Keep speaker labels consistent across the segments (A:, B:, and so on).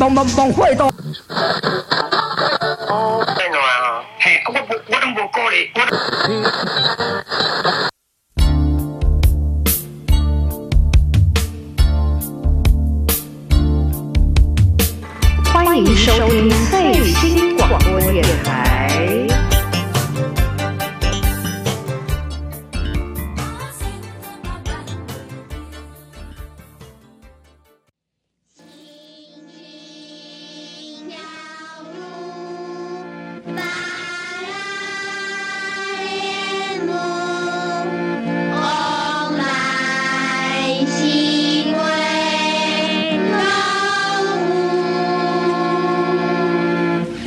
A: 往往往火度。
B: 真的啊，嘿，我我我都无鼓励，我都
C: 欢迎收听最新广播电台。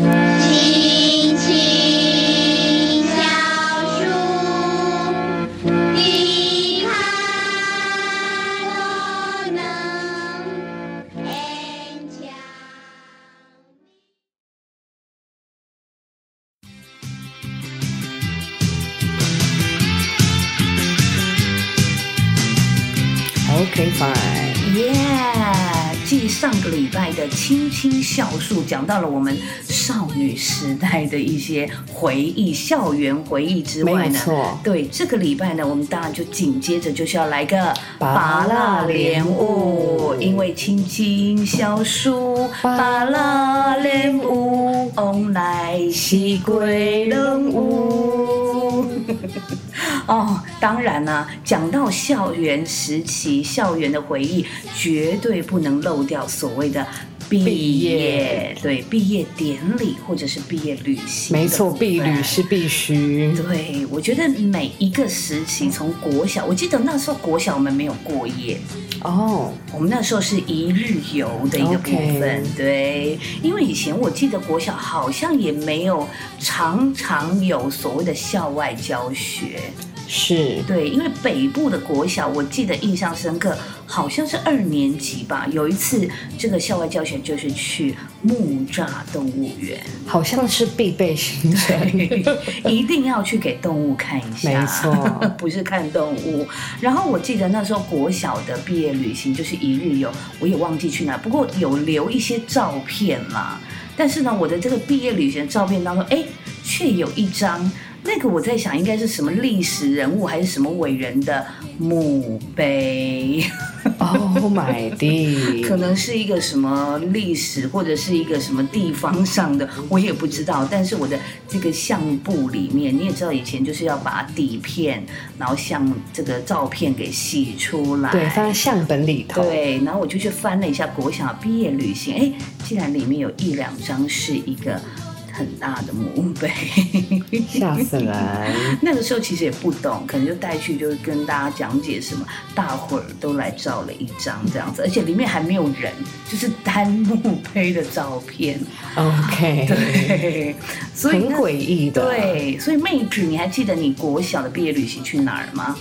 D: 青青小树，低看都能安详。
C: OK fine，
A: 耶！继上个礼拜的《青青校树》讲到了我们少女时代的一些回忆、校园回忆之
C: 没
A: 外
C: 有
A: 呢，
C: 错。
A: 对，这个礼拜呢，我们当然就紧接着就是要来个
C: 拔蜡莲
A: 雾
C: 雾，
A: 因为青青小树
C: 拔
A: 拔蜡莲雾，往来是归人雾。 哦，当然啦、讲到校园时期、校园的回忆，绝对不能漏掉所谓的毕业，
C: 毕业
A: 对毕业典礼或者是毕业旅行的
C: 没
A: 部分，
C: 错，婢女是必须。
A: 对，我觉得每一个时期，从国小，我记得那时候国小我们没有过夜，
C: 哦，
A: 我们那时候是一日游的一个部分
C: OK
A: 对，因为以前我记得国小好像也没有常常有所谓的校外教学，
C: 是
A: 对，因为北部的国小，我记得印象深刻，好像是二年级吧，有一次这个校外教学就是去木栅动物园。
C: 好像是必备行程。
A: 一定要去给动物看一下，
C: 没错
A: 不是看动物。然后我记得那时候国小的毕业旅行就是一日游，我也忘记去哪，不过有留一些照片啦。但是呢，我的这个毕业旅行照片当中，哎，却有一张。那个我在想，应该是什么历史人物还是什么伟人的墓碑？
C: Oh my
A: 可
C: d
A: 能是一个什么历史，或者是一个什么地方上的， 我也不知道。但是我的这个相簿里面，你也知道，以前就是要把底片，然后像这个照片给洗出来。
C: 对，放在相本里头。
A: 对，然后我就去翻了一下国小毕业旅行，哎，竟然里面有一两张是一个很大的墓碑。
C: 吓死 人！
A: 那个时候其实也不懂，可能就带去就是跟大家讲解什么，大伙儿都来照了一张这样子，而且里面还没有人，就是单墓碑的照片，
C: OK，
A: 对，所以
C: 很
A: 那
C: 诡异的。，
A: 对，所以妹纸，你还记得你国小的毕业旅行去哪儿吗？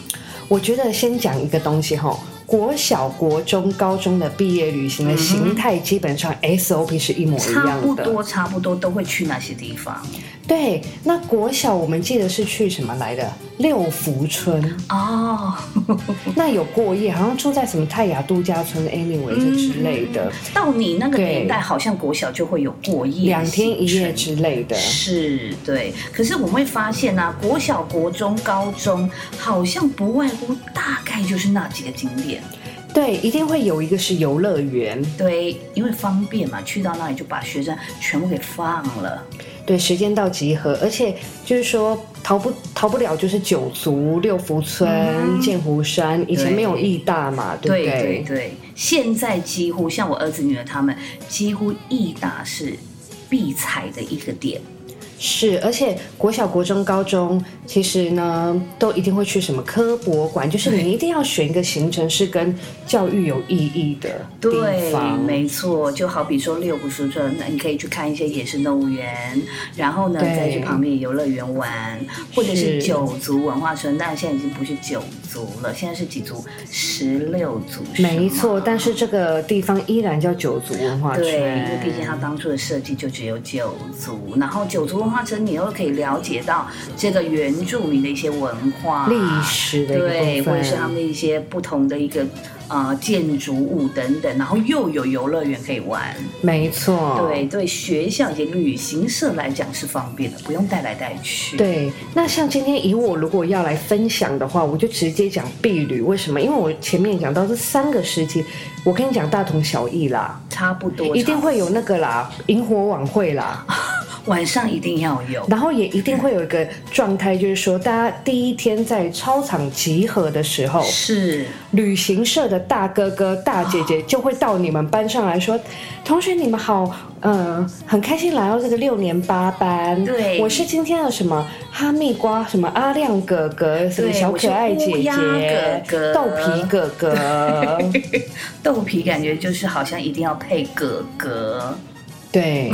C: 我觉得先讲一个东西哈，国小、国中、高中的毕业旅行的形态基本上 SOP 是一模一
A: 嗯差不
C: 样的。
A: 多，差不多都会去那些地方
C: 对，那国小我们记得是去什么来的？六福村，
A: 哦。
C: 那有过夜，好像住在什么泰雅度假村，anyway
A: 嗯
C: 这之类的，
A: 到你那个
C: 对
A: 年代，好像国小就会有过夜
C: 两天一夜
A: 行程
C: 之类的。
A: 是，对。可是我们会发现啊，国小、国中、高中好像不外乎大概就是那几个景点。
C: 对，一定会有一个是游乐园，
A: 对，因为方便嘛，去到那里就把学生全部给放了。
C: 对，时间到集合，而且就是说逃不逃不了就是九族、六福村、剑湖山，以前没有义大嘛，对不
A: 嗯对对对，现在几乎像我儿子、女儿他们，几乎义大是必踩的一个点。
C: 是，而且国小、国中、高中，其实呢，都一定会去什么科博馆，就是你一定要选一个行程是跟教育有意义的地
A: 对
C: 方。，
A: 没错，就好比说六福书村，那你可以去看一些野生动物园，然后呢
C: 对
A: 再去旁边游乐园玩，或者是
C: 是
A: 九族文化村，但现在已经不是九族了，现在是几族？十六族。
C: 没错，
A: 是吗
C: 但是这个地方依然叫九族文化圈，
A: 对，因为毕竟它当初的设计就只有九族，然后九族文化村你又可以了解到这个原住民的一些文化
C: 历史的一个
A: 对，
C: 部
A: 或
C: 分
A: 者是他们的一些不同的一个呃建筑物等等，然后又有游乐园可以玩。
C: 没错，
A: 对对，学校以及旅行社来讲是方便的，不用带来带去。，
C: 对，那像今天以我如果要来分享的话，我就直接讲避旅。为什么？因为我前面讲到这三个时期，我跟你讲大同小异啦，
A: 差不多
C: 一定
A: 差
C: 会有那个啦，萤火晚会啦，
A: 啊晚上一定要有。
C: 然后也一定会有一个状态，就是说大家第一天在操场集合的时候，
A: 是，
C: 旅行社的大哥哥大姐姐就会到你们班上来说：“同学，你们好，呃，很开心来到这个六年八班。
A: 对
C: 我是今天的什么哈密瓜，什么阿亮哥哥，什么
A: 对
C: 小
A: 我
C: 可
A: 是
C: 爱
A: 乌
C: 姐
A: 鸦
C: 姐，
A: 哥哥
C: 豆皮哥哥。
A: 豆皮感觉就是好像一定要配哥哥，
C: 对，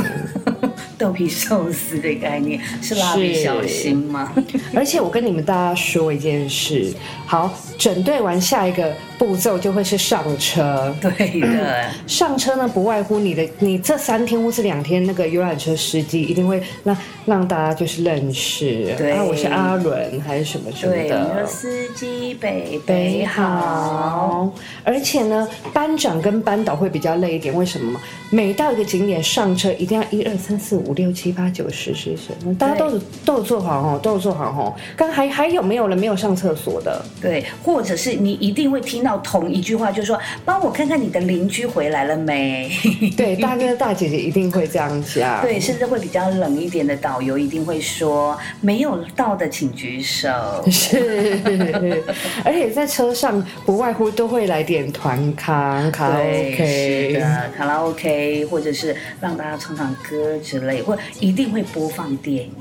A: 豆皮寿司的概念是蜡笔
C: 是
A: 小新吗？
C: 而且我跟你们大家说一件事，好，整队完下一个步骤就会是上车。
A: 对的，
C: 上车呢，不外乎你的你这三天或是两天，那个游览车司机一定会让让大家就是认识，
A: 对
C: 啊，我是阿伦还是什么什么
A: 对，你说
C: 的。
A: 司机北
C: 北
A: 北好，
C: 好，而且呢，班长跟班导会比较累一点，为什么吗？每到一个景点上车，一定要一二三四五六七八九十十一十，一大家都有都有做好哦，都有做好哦。刚还还有没有人没有上厕所的？
A: 对，或者是你一定会听到同一句话，就是说帮我看看你的邻居回来了没？
C: 对，大哥大姐姐一定会这样讲。
A: 对，甚至会比较冷一点的导游一定会说没有到的请举手。
C: 是， 而且在车上不外乎都会来点团康卡拉
A: 对，是
C: OK。
A: 的，卡拉 OK，或者是让大家唱唱歌之类，或一定会播放电影。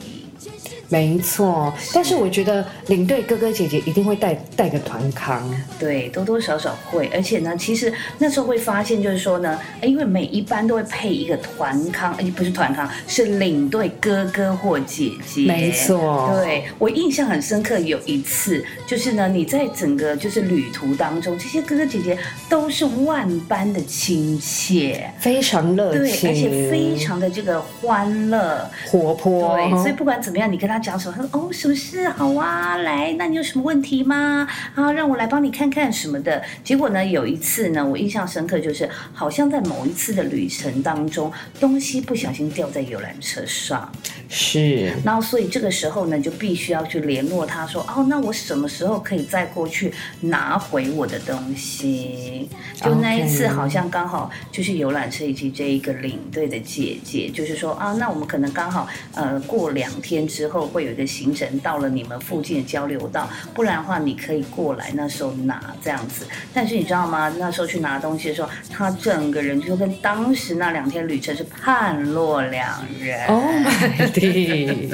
C: 没错，但是我觉得领队哥哥姐姐一定会带带个团康，
A: 对，多多少少会，而且呢，其实那时候会发现，就是说呢，哎因为每一班都会配一个团康，哎，不是团康，是领队哥哥或姐姐。
C: 没错
A: 对我印象很深刻，有一次就是呢，你在整个就是旅途当中，这些哥哥姐姐都是万般的亲切，
C: 非常热
A: 对，
C: 情，
A: 而且非常的这个欢乐，
C: 活泼。
A: 对，所以不管怎么样，你跟他讲什么，他说哦，什么事好啊，来，那你有什么问题吗？啊，让我来帮你看看什么的。结果呢，有一次呢，我印象深刻，就是好像在某一次的旅程当中，东西不小心掉在游览车上，
C: 是
A: 然后所以这个时候呢，就必须要去联络他说，哦，那我什么时候可以再过去拿回我的东西？就那一次
C: OK
A: 好像刚好就是游览车以及这一个领队的姐姐，就是说啊，那我们可能刚好呃过两天之后会有一个行程到了你们附近的交流道，不然的话你可以过来那时候拿这样子。但是你知道吗？那时候去拿东西的时候，他整个人就跟当时那两天旅程是判若两人。
C: ，Oh my d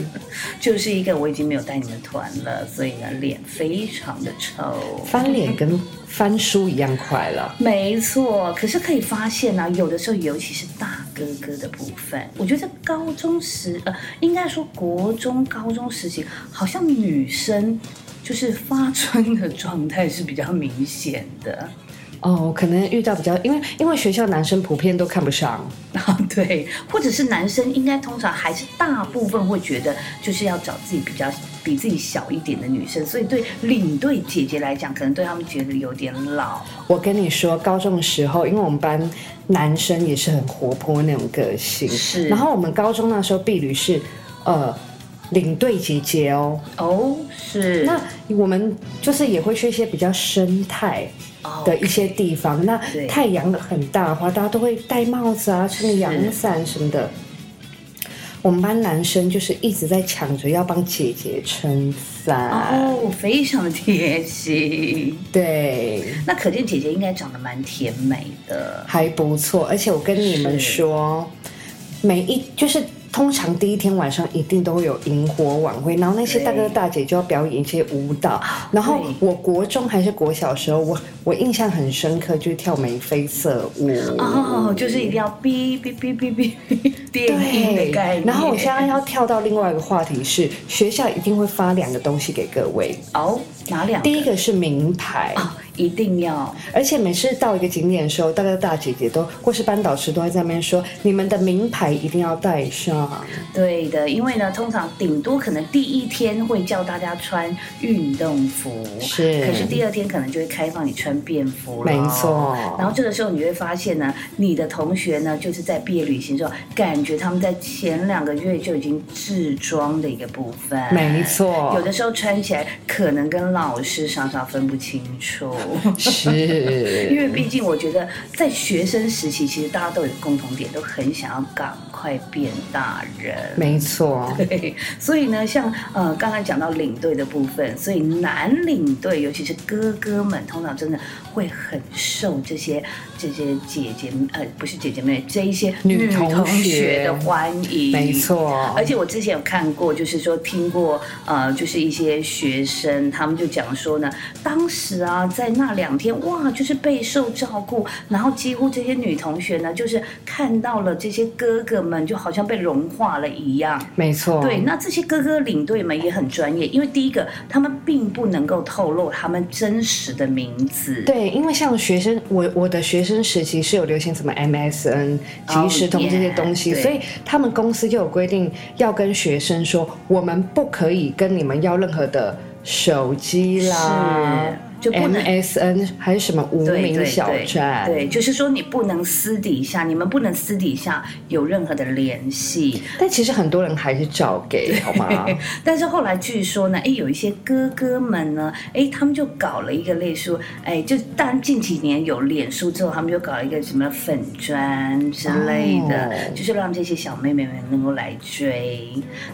A: 就是一个我已经没有带你们团了，所以呢脸非常的臭。
C: 翻脸跟翻书一样快了。
A: 没错，可是可以发现呢、有的时候尤其是大哥哥的部分，我觉得高中时呃，应该说国中、高中时期，好像女生就是发春的状态是比较明显的。
C: 哦，可能遇到比较，因为因为学校男生普遍都看不上，
A: 啊，对，或者是男生应该通常还是大部分会觉得就是要找自己比较比自己小一点的女生，所以对领队姐姐来讲，可能对他们觉得有点老。
C: 我跟你说，高中的时候，因为我们班男生也是很活泼那种个性，
A: 是
C: 然后我们高中那时候婢女是，呃，领队姐姐哦。
A: 哦，是
C: 那我们就是也会去一些比较生态
A: 哦
C: 的一些地方。那
A: 对
C: 太阳很大的话，大家都会戴帽子啊，撑着阳伞什么的。我们班男生就是一直在抢着要帮姐姐撑伞，
A: 哦，非常的贴心。
C: 对。
A: 那可见姐姐应该长得蛮甜美的。
C: 还不错，而且我跟你们说，每一就是通常第一天晚上一定都会有萤火晚会，然后那些
A: 对
C: 大哥大姐就要表演一些舞蹈。然后我国中还是国小的时候，我我印象很深刻，就是跳眉飞色舞。
A: 哦，就是一定要哔哔哔哔哔哔电音的
C: 对
A: 概，念。
C: 然后我现在要跳到另外一个话题是，学校一定会发两个东西给各位，
A: 哦，哪两个？
C: 第一个是名牌，
A: 啊，一定要
C: 而且每次到一个景点的时候，大哥大姐姐都或是班导师都会在那边说，你们的名牌一定要带上。
A: 对的，因为呢，通常顶多可能第一天会叫大家穿运动服，
C: 是
A: 可是第二天可能就会开放你穿便服了，
C: 没错
A: 然后这个时候你会发现呢，你的同学呢，就是在毕业旅行之后，感觉他们在前两个月就已经制装的一个部分，
C: 没错
A: 有的时候穿起来可能跟老师常常分不清楚。因
C: 是，
A: 为毕竟我觉得在学生时期，其实大家都有一个共同点，都很想要赶快变大人。
C: 没错，
A: 对， 所以呢，像呃刚才讲到领队的部分，所以男领队，尤其是哥哥们，通常真的会很受这些这些姐姐呃不是姐姐妹这一些
C: 女
A: 同
C: 同
A: 学
C: 学
A: 的欢迎，
C: 没错
A: 而且我之前有看过，就是说听过呃就是一些学生他们就讲说呢，当时啊在那两天哇就是备受照顾，然后几乎这些女同学呢就是看到了这些哥哥们就好像被融化了一样。
C: 没错，
A: 对，那这些哥哥领队们也很专业，因为第一个，他们并不能够透露他们真实的名字。
C: 对，因为像学生，我我的学生时期是有流行什么 MSN、
A: Oh,
C: 即时通这些东西
A: yeah，对
C: 所以他们公司就有规定要跟学生说，我们不可以跟你们要任何的手机啦
A: 是，就不能
C: MSN 还是什么无
A: 对
C: 名
A: 对
C: 小
A: 对
C: 站，
A: 对，就是说你不能私底下，你们不能私底下有任何的联系。
C: 但其实很多人还是照给，好 吗？
A: 但是后来据说呢，哎，有一些哥哥们呢，哎，他们就搞了一个类似，哎，就当然近几年有脸书之后，他们就搞了一个什么粉砖之类的，
C: 哦
A: 就是让这些小妹妹们能够来追。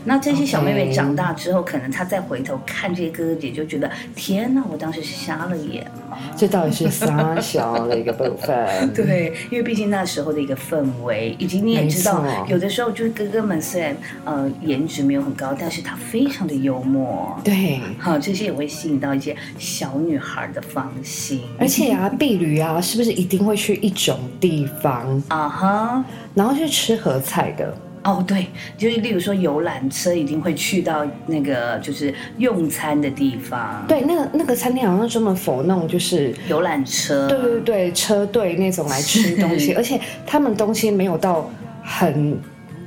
A: 那这些小妹妹
C: OK
A: 长大之后，可能她再回头看这些哥哥姐，就觉得天哪，我当时是瞎了眼吗？
C: 这到底是撒小的一个部分，
A: 对，因为毕竟那时候的一个氛围，以及你也知道
C: 没错，
A: 有的时候就是哥哥们虽然呃颜值没有很高，但是他非常的幽默，
C: 对。
A: 好，这些也会吸引到一些小女孩的芳心。
C: 而且啊，避旅啊，是不是一定会去一种地方，
A: 啊哈，
C: 然后去吃合菜的？
A: 哦对，就是例如说游览车一定会去到那个就是用餐的地方，，
C: 对，那个那个餐厅好像专门否那种就是。
A: 游览车，
C: 对对对，车队那种来吃东西，
A: 是
C: 而且他们东西没有到很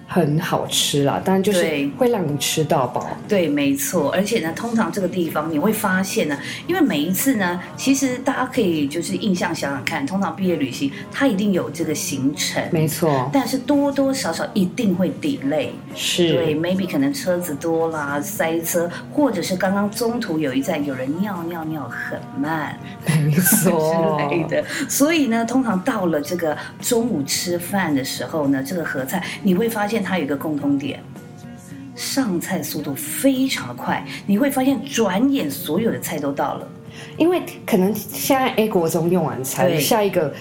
C: 很好吃啦，但就是
A: 对
C: 会让你吃到饱。
A: 对，没错。而且呢，通常这个地方你会发现呢，因为每一次呢，其实大家可以就是印象想想看，通常毕业旅行它一定有这个行程，
C: 没错，
A: 但是多多少少一定会 delay。对
C: 是，
A: ，maybe 可能车子多啦，塞车，或者是刚刚中途有一站有人尿尿尿很慢
C: 没错
A: 之类的，所以呢，通常到了这个中午吃饭的时候呢，这个合菜你会发现它有一个共通点。上菜速度非常的快，你会发现转眼所有的菜都到了。
C: 因为可能现在 A 国中用完餐，
A: 对
C: 下一个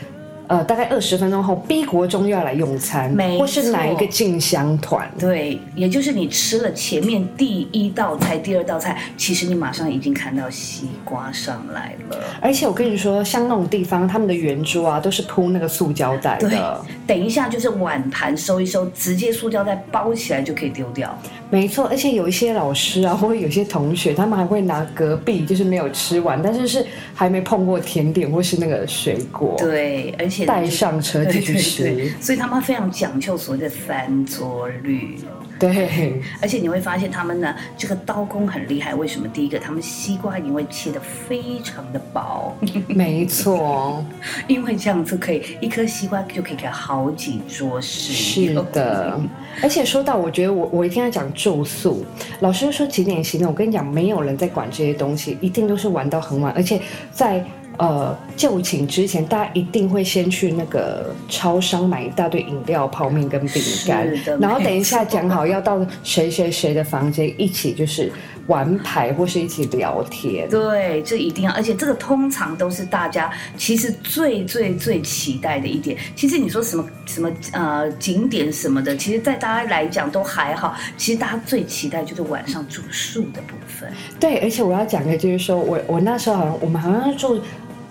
C: 呃大概二十分钟后，B 国中又要来用餐
A: 没，
C: 或是哪一个
A: 错
C: 进香团，
A: 对，也就是你吃了前面第一道菜、第二道菜，其实你马上已经看到西瓜上来了。
C: 而且我跟你说，像那种地方，他们的圆桌啊都是铺那个塑胶袋
A: 对
C: 的，，
A: 等一下就是碗盘收一收，直接塑胶袋包起来就可以丢掉。
C: 没错。而且有一些老师啊，或者有些同学，他们还会拿隔壁就是没有吃完，但是是还没碰过甜点或是那个水果，
A: 对，而且呢
C: 带上车
A: 对
C: 继
A: 对
C: 续
A: 对
C: 吃，，
A: 所以他们非常讲究所谓的翻桌率。
C: 对，
A: 而且你会发现他们呢，这个刀工很厉害。为什么？第一个，他们西瓜一定会切得非常的 薄，
C: 没错，
A: 因为这样子可以一颗西瓜就可以给好几桌食
C: 是
A: 用。
C: 的。而且说到，我觉得我我一定要讲住宿。老师说几点行动，我跟你讲，没有人在管这些东西，一定都是玩到很晚，而且在。呃，就寝之前，大家一定会先去那个超商买一大堆饮料、泡面跟饼干
A: 是的，
C: 然后等一下讲好要到谁谁谁的房间一起就是玩牌或是一起聊天。
A: 对，这一定要，而且这个通常都是大家其实最最最期待的一点。其实你说什么什么呃景点什么的，其实在大家来讲都还好。其实大家最期待就是晚上住宿的部分。
C: 对，而且我要讲的就是说，我我那时候好像我们好像是住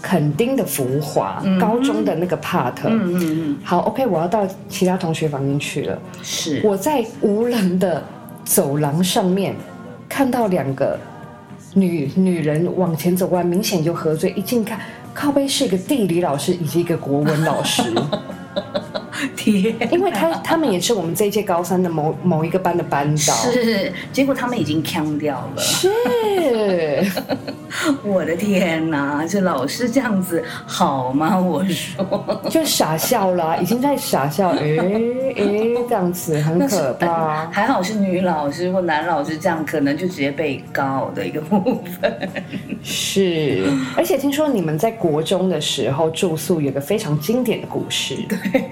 C: 垦丁的福华、
A: 嗯
C: 高中的那个 part，、
A: 嗯嗯嗯，
C: 好，OK，我要到其他同学房间去了。
A: 是。
C: 我在无人的走廊上面看到两个女女人往前走过来，明显就喝醉。一近看，靠背是一个地理老师以及一个国文老师，
A: 天，
C: 因为他他们也是我们这一届高三的某某一个班的班导。
A: 是，结果他们已经腔掉了。
C: 是，
A: 我的天哪，这老师这样子好吗？我说，
C: 就傻笑啦，已经在傻笑，诶、诶、这样子很可怕。
A: 还好是呃女老师或男老师，这样可能就直接被告的一个部分。
C: 是，而且听说你们在国中的时候住宿有个非常经典的故事，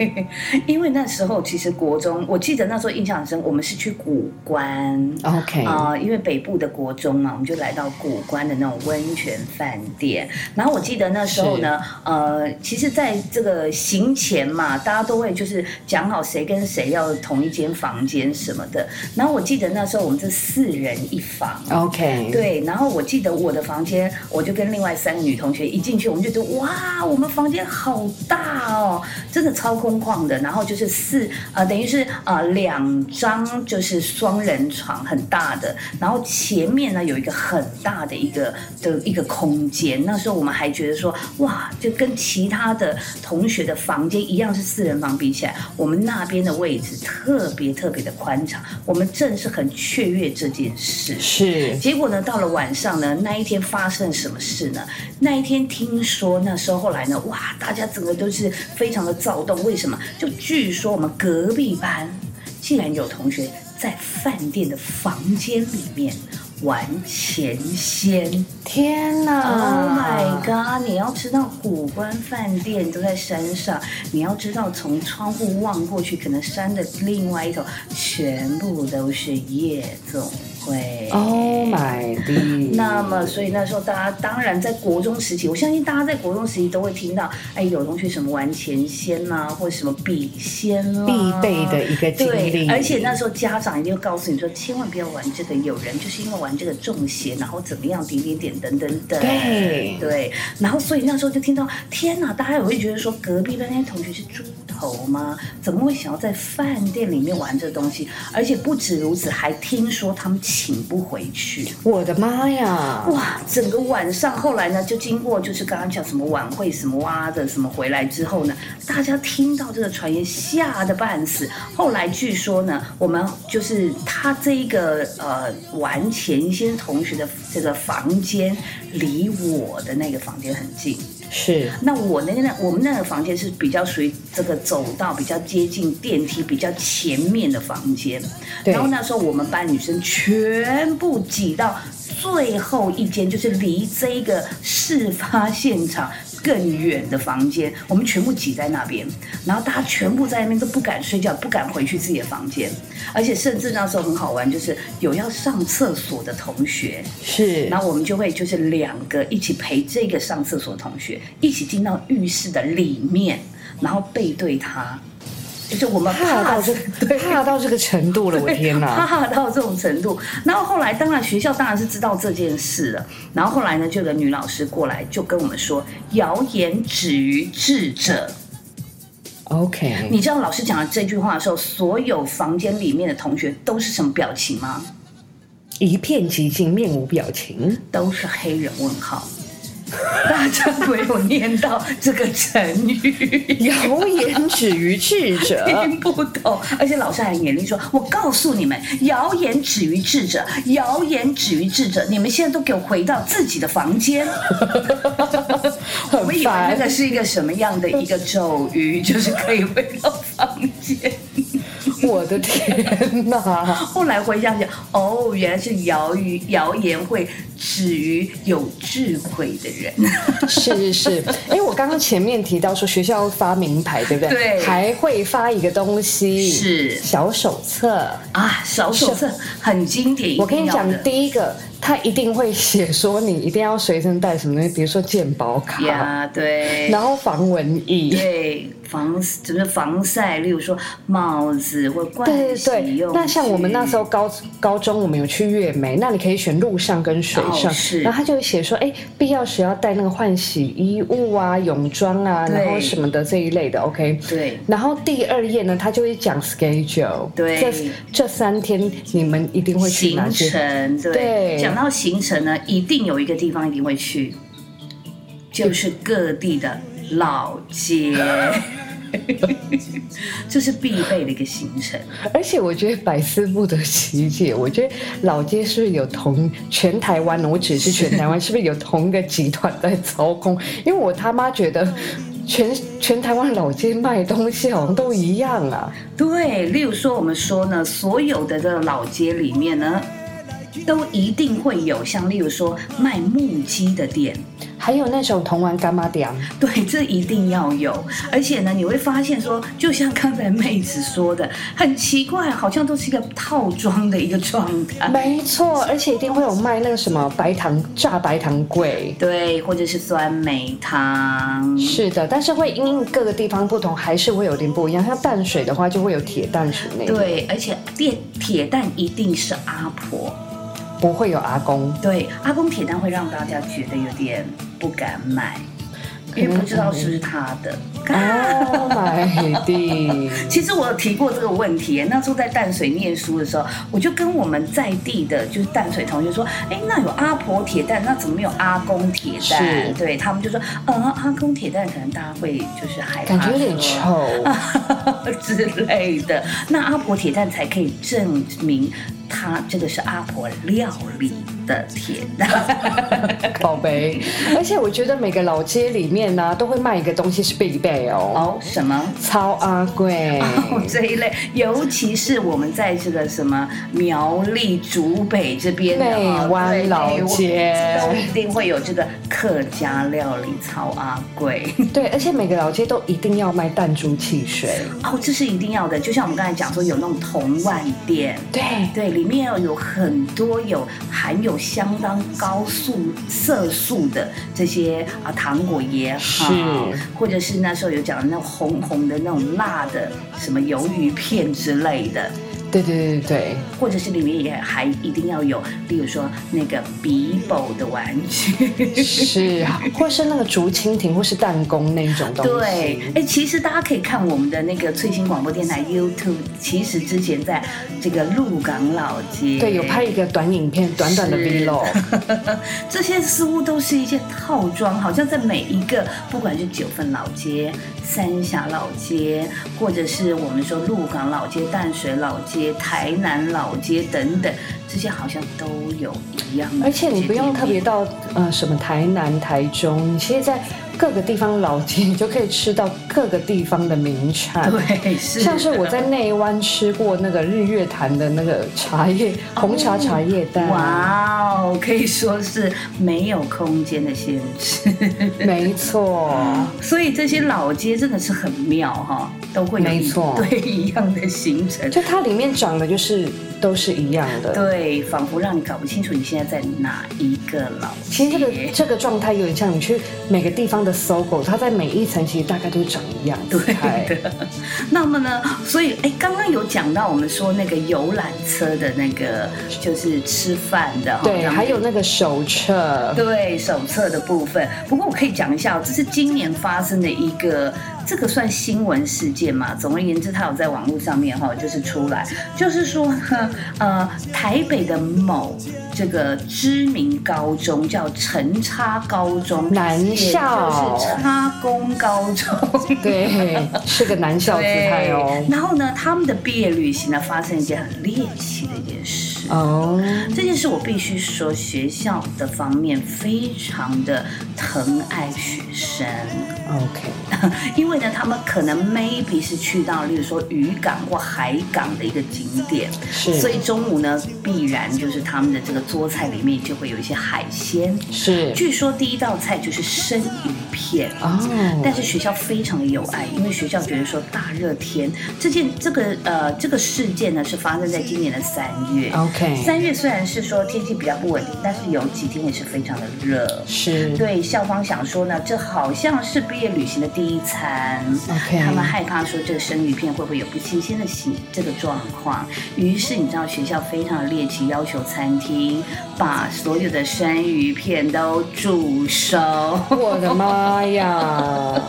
A: 因为那时候其实国中，我记得那时候印象很深，我们是去古关。
C: OK，、
A: 啊、因为北部的国中嘛，我们就来到古关的那种温泉饭店。然后我记得那时候呢，呃，其实在这个行前嘛，大家都会就是讲好谁跟谁要同一间房间什么的。然后我记得那时候我们是四人一房。
C: o k，
A: 对，然后我记得我的房间，我就跟另外三个女同学一进去，我们就觉得哇，我们房间好大哦，真的超空旷的。然后就是四呃，等于是呃两张就是双人床，很大的。然后前面呢有一个很大的一个的一个空间。那时候我们还觉得说哇，就跟其他的同学的房间一样是四人房比起来，我们那边的位置特别特别的宽敞，我们正是很雀跃这件事。
C: 是
A: 结果呢，到了晚上呢，那一天发生什么事呢？那一天听说那时候后来呢，哇，大家整个都是非常的躁动。为什么？就据说我们隔壁班竟然有同学在饭店的房间里面玩钱仙。
C: 天
A: Oh my
C: 哪
A: god！你要知道，古关饭店都在山上，你要知道，从窗户望过去，可能山的另外一头全部都是夜总会。
C: Oh my god！
A: 那么，所以那时候大家当然在国中时期，我相信大家在国中时期都会听到，哎，有同学什么玩钱仙啦、或者什么笔仙啦、
C: 必备的一个经
A: 对
C: 历，，
A: 而且那时候家长一定会告诉你说，千万不要玩这个，有人就是因为玩这个中邪，然后怎么样，点点点，等等等。
C: 对
A: 对，然后所以那时候就听到，天哪！大家也会觉得说，隔壁班那些同学是猪头吗？怎么会想要在饭店里面玩这东西？而且不止如此，还听说他们请不回去。
C: 我的妈呀！
A: 哇，整个晚上后来呢，就经过就是刚刚讲什么晚会什么哇的什么回来之后呢，大家听到这个传言吓得半死。后来据说呢，我们就是他这一个呃玩前先同学的这个房间离我的那个房间很近，
C: 是
A: 那我那个那我们那个房间是比较属于这个走道比较接近电梯比较前面的房间，
C: 对
A: 然后那时候我们班女生全部挤到最后一间，就是离这个事发现场。更远的房间，我们全部挤在那边，然后大家全部在那边都不敢睡觉，不敢回去自己的房间，而且甚至那时候很好玩，就是有要上厕所的同学，
C: 是
A: 然后我们就会就是两个一起陪这个上厕所的同学一起进到浴室的里面，然后背对他，就是我们
C: 怕
A: 怕
C: 到这个怕到这个程度了，我天哪！
A: 怕到这种程度。然后后来，当然学校当然是知道这件事了。然后后来呢，就有个女老师过来就跟我们说，谣言止于智者。
C: OK，
A: 你知道老师讲了这句话的时候，所有房间里面的同学都是什么表情吗？
C: 一片寂静，面无表 情。
A: 都是黑人问号。 大家没有念到这个成语。
C: 谣言止于智 者，
A: 听不懂，而且老师还严厉说：“我告诉你们，谣言止于智者，谣言止于智者。你们现在都给我回到自己的房间。我们
C: 很
A: 以为那个
C: 烦。
A: 是一个什么样的一个咒语，就是可以回到房 间。
C: 我的天哪！
A: 后来回想想，哦，原来是谣语谣言会止于有智慧的人。
C: 是是 是，哎，我刚刚前面提到说学校会发名牌，对不对？
A: 对
C: 还会发一个东西，
A: 是
C: 小手册。
A: 啊，小手册很经典，一
C: 我跟
A: 定
C: 你
A: 要
C: 讲
A: 的，
C: 第一个他一定会写说你一定要随身带什么东西，比如说健保卡
A: 呀， 对，
C: 然后防蚊液。
A: 对防就是防晒，例如说帽子或盥
C: 对对
A: 洗
C: 对
A: 用，具。
C: 那像我们那时候高高中，我们有去月美，那你可以选路上跟水上，
A: 哦是
C: 然后他就会写说，哎，必要时要带那个换洗衣物啊、泳装啊，
A: 对
C: 然后什么的这一类的，OK。
A: 对
C: 然后第二页呢，他就会讲 schedule，
A: 对
C: 这这三天你们一定会去哪
A: 行
C: 些？
A: 程，对，
C: 对
A: 讲到行程呢，一定有一个地方一定会去。就是各地的老 街，这是必备的一个行程。
C: 而且我觉得百思不得其解，我觉得老街是不是有同全台湾呢？我只是全台湾，是不是有同一个集团在操控？因为我他妈觉
A: 嗯
C: 得全全台湾老街卖东西好像都一样啊。
A: 对，例如说我们说呢，所有的这个老街里面呢，都一定会有像例如说卖木屐的店，
C: 还有那种铜丸干妈店，
A: 对，这一定要有。而且呢，你会发现说，就像刚才妹子说的，很奇怪，好像都是一个套装的一个状态。
C: 没错，而且一定会有卖那个什么白糖炸白糖桂。
A: 对，或者是酸梅汤，
C: 是的，但是会因应各个地方不同，还是会有点不一样。像淡水的话，就会有铁淡水那种，
A: 对，而且铁铁蛋一定是阿婆，
C: 不会有阿公。
A: 对，阿公铁蛋会让大家觉得有点不敢买，因为不知道是不是他的。
C: 哦，买的，
A: 其实我有提过这个问题，那时候在淡水念书的时候，我就跟我们在地的，就是淡水同学说，哎，那有阿婆铁蛋，那怎么没有阿公铁
C: 是
A: 蛋？对他们就说，呃，阿公铁蛋可能大家会就是害怕，
C: 感觉有点臭。
A: 之类的。那阿婆铁蛋才可以证明它这个是阿婆料理的铁 蛋。
C: 宝贝，而且我觉得每个老街里面呢、都会卖一个东西是必备哦，
A: 哦，什么？
C: 超阿贵。
A: 哦， 这一类，尤其是我们在这个什么苗栗竹北这边的哦
C: 内湾
A: 对
C: 老街
A: 内湾都一定会有这个客家料理超阿贵。
C: 对，而且每个老街都一定要卖弹珠汽水。
A: 哦，这是一定要的。就像我们刚才讲说，有那种铜碗店，
C: 对，
A: 对，里面有很多有含有相当高速色素的这些啊糖果也好
C: 是，
A: 或者是那时候有讲的那种红红的那种辣的什么鱿鱼片之类的，
C: 对对对对对。
A: 或者是里面也还一定要有，例如说那个比宝的玩具。
C: 是，或是那个竹蜻蜓，或是弹弓那一种东西。
A: 对，哎、其实大家可以看我们的那个翠星广播电台 YouTube，其实之前在这个鹿港老街，
C: 对，有拍一个短影片，短短的
A: 是
C: vlog。
A: 这些似乎都是一些套装，好像在每一个，不管是九份老街、三峡老街，或者是我们说鹿港老街、淡水老街、台南老街等等，这些好像都有一样的
C: 而
A: 这
C: 且
A: 些地
C: 你
A: 点。
C: 不用特别到呃什么台南、台中，你其实在各个地方老街，你就可以吃到各个地方的名产。
A: 对，是
C: 像是我
A: 的
C: 在内湾吃过那个日月潭的那个茶叶红茶茶叶蛋，
A: 哦哇哦，可以说是没有空间的限制，
C: 没错，
A: 所以这些老街真的是很妙哈、都会有一
C: 没错
A: 对一样的行程。
C: 就它里面长的就是都是一样的。
A: 对，仿佛让你搞不清楚你现在在哪一个老街。
C: 其实这个这个状态有点像你去每个地方的搜狗，它在每一层其实大概都长一样。
A: 对的。 那么呢，所以哎，刚刚有讲到我们说那个游览车的那个，就是吃饭的哈，
C: 对，
A: 然后
C: 还有那个手册，
A: 对手册的部分。不过我可以讲一下哦，这是今年发生的一个，这个算新闻事件嘛？总而言之，它有在网络上面哈、就是出来，就是说呢，呃，台北的某这个知名高中叫陈差高中，
C: 男
A: 也就是
C: 校
A: 差工高 中。
C: 对，是个男校姿态哦
A: 对。然后呢，他们的毕业旅行呢，发生一件很猎奇的一件事。
C: 哦，
A: 这件事我必须说，学校的方面非常的疼爱学生，
C: OK，
A: 因为呢，他们可能 maybe 是去到，例如说渔港或海港的一个景点，
C: 是
A: 所以中午呢，必然就是他们的这个桌菜里面就会有一些海鲜。
C: 是
A: 据说第一道菜就是生鱼片。
C: 哦，
A: 但是学校非常的有爱，因为学校觉得说大热天这件这个呃这个事件呢是发生在今年的三月。
C: OK
A: 三月虽然是说天气比较不稳定，但是有几天也是非常的热。
C: 是
A: 对校方想说呢，这好像是毕业旅行的第一餐
C: OK
A: 他们害怕说这个生鱼片会不会有不新鲜的形这个状况，于是你知道学校非常的猎奇，要求餐厅把所有的生鱼片都煮熟。
C: 我的妈呀！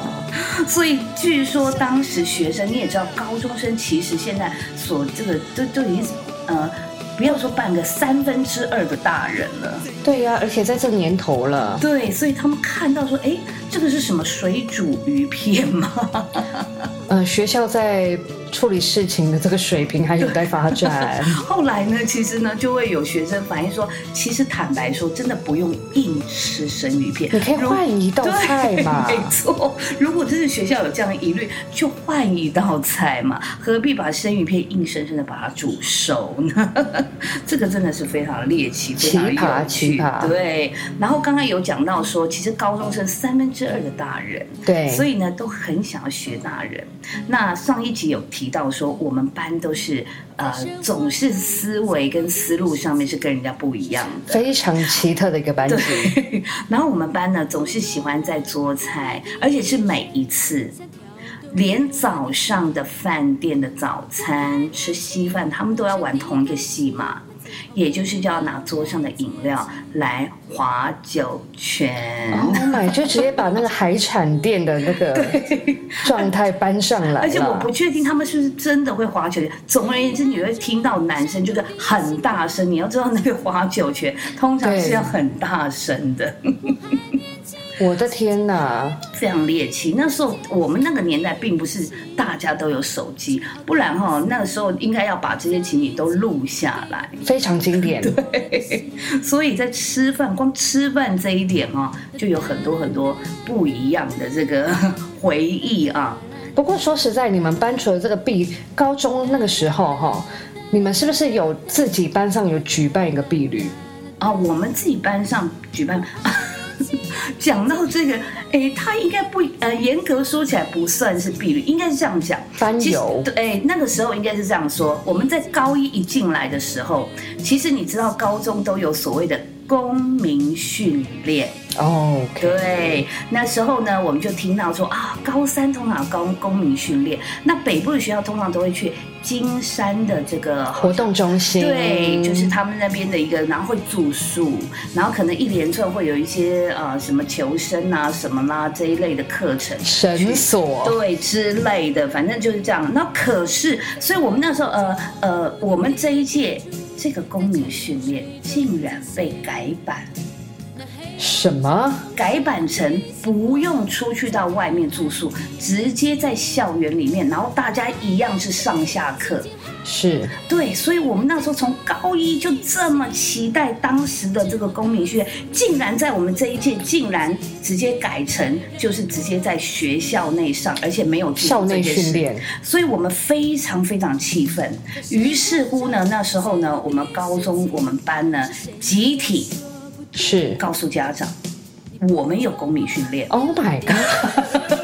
A: 所以据说当时学生，你也知道，高中生其实现在所这个都都已经呃不要说半个三分之二的大人了。
C: 对呀、而且在这年头了，
A: 对，所以他们看到说，哎，这个是什么水煮鱼片吗？
C: 呃，学校在处理事情的这个水平还有待发展。
A: 后来呢，其实呢，就会有学生反映说，其实坦白说，真的不用硬吃生鱼片，
C: 你可以
A: 如
C: 换一道菜嘛
A: 对没错，如果真的学校有这样的疑虑，就换一道菜嘛，何必把生鱼片硬生生的把它煮熟呢？ 这个真的是非常猎奇，非常有
C: 奇葩
A: 趣
C: 奇葩
A: 对，然后刚刚有讲到说，其实高中生三分之二的大人，
C: 对，
A: 所以呢，都很想要学大人。那上一集有提到说，我们班都是呃，总是思维跟思路上面是跟人家不一样的。
C: 非常奇特的一个班级。
A: 对， 然后我们班呢总是喜欢在做菜，而且是每一次，连早上的饭店的早餐吃稀饭，他们都要玩同一个戏码，也就是要拿桌上的饮料来划酒圈。
C: Oh my！就直接把那个海产店的那 个状态搬上来了。
A: 而且我不确定他们是不是真的会划九圈。总而言之，你会听到男生就是很大声。你要知道，那个划九圈通常是要很大声的，
C: 我的天哪！
A: 非常猎奇。那时候我们那个年代并不是大家都有手机，不然哈、那个时候应该要把这些情景都录下来。
C: 非常经典，
A: 所以在吃饭，光吃饭这一点哦，就有很多很多不一样的这个 回忆啊。
C: 不过说实在，你们班除了这个 B，高中那个时候哈、你们是不是有自己班上有举办一个 B 旅？
A: 啊，我们自己班上举办。 讲到这个，哎，他应该不呃，严格说起来不算是避旅，应该是这样讲。
C: 班
A: 其实
C: 游，
A: 对，哎，那个时候应该是这样说。我们在高一一进来的时候，其实你知道，高中都有所谓的公民训练。
C: 哦，OK，
A: 对，那时候呢，我们就听到说啊，高三通常有高公民训练，那北部的学校通常都会去金山的这个
C: 活动中心，
A: 对，就是他们那边的一个，然后会住宿，然后可能一连串会有一些呃什么求生啊、什么啦、这一类的课程。
C: 绳索，
A: 对之类的，反正就是这样。那可是，所以我们那时候，呃呃，我们这一届这个公民训练竟然被改版，
C: 什么？
A: 改版成不用出去到外面住宿，直接在校园里面，然后大家一样是上下课。
C: 是
A: 对，所以我们那时候从高一就这么期待当时的这个公民训练，竟然在我们这一届竟然直接改成就是直接在学校内上，而且没有住宿
C: 校内
A: 这件事
C: 训练，
A: 所以我们非常非常气愤。于是乎呢，那时候呢，我们高中我们班呢集体
C: 是
A: 告诉家长，我们有公民训练。
C: ，Oh my god！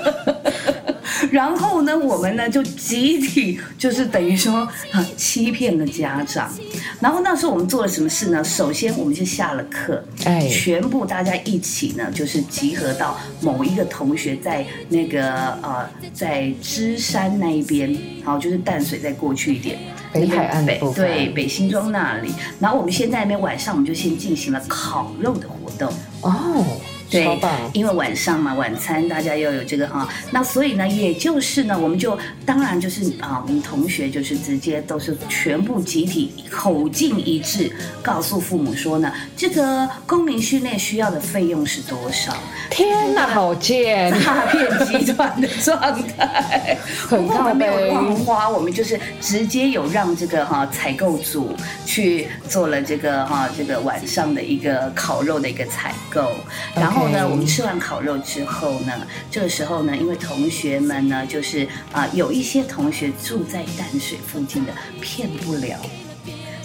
A: 然后呢，我们呢就集体就是等于说啊欺骗了家长。然后那时候我们做了什么事呢？首先我们就下了课，
C: 哎
A: 全部大家一起呢就是集合到某一个同学在那个呃在芝山那一边，好就是淡水再过去一点。
C: 北海岸的
A: 那边
C: 部
A: 北
C: 分
A: 对北新庄那里，然后我们先在那边晚上我们就先进行了烤肉的活动，
C: 哦，
A: 对
C: 超棒，
A: 因为晚上嘛，晚餐大家要有这个哈、那所以呢，也就是呢，我们就当然就是啊，我们同学就是直接都是全部集体口径一致，告诉父母说呢，这个公民训练需要的费用是多少，
C: 天哪，好贱！
A: 诈骗集团的状态。不
C: 很
A: 过我
C: 靠
A: 们没有
C: 背，
A: 乱花，我们就是直接有让这个哈、采购组去做了这个哈、这个晚上的一个烤肉的一个采购。然后呢，我们吃完烤肉之后呢，这个时候呢，因为同学们呢，就是啊、有一些同学住在淡水附近的，骗不了。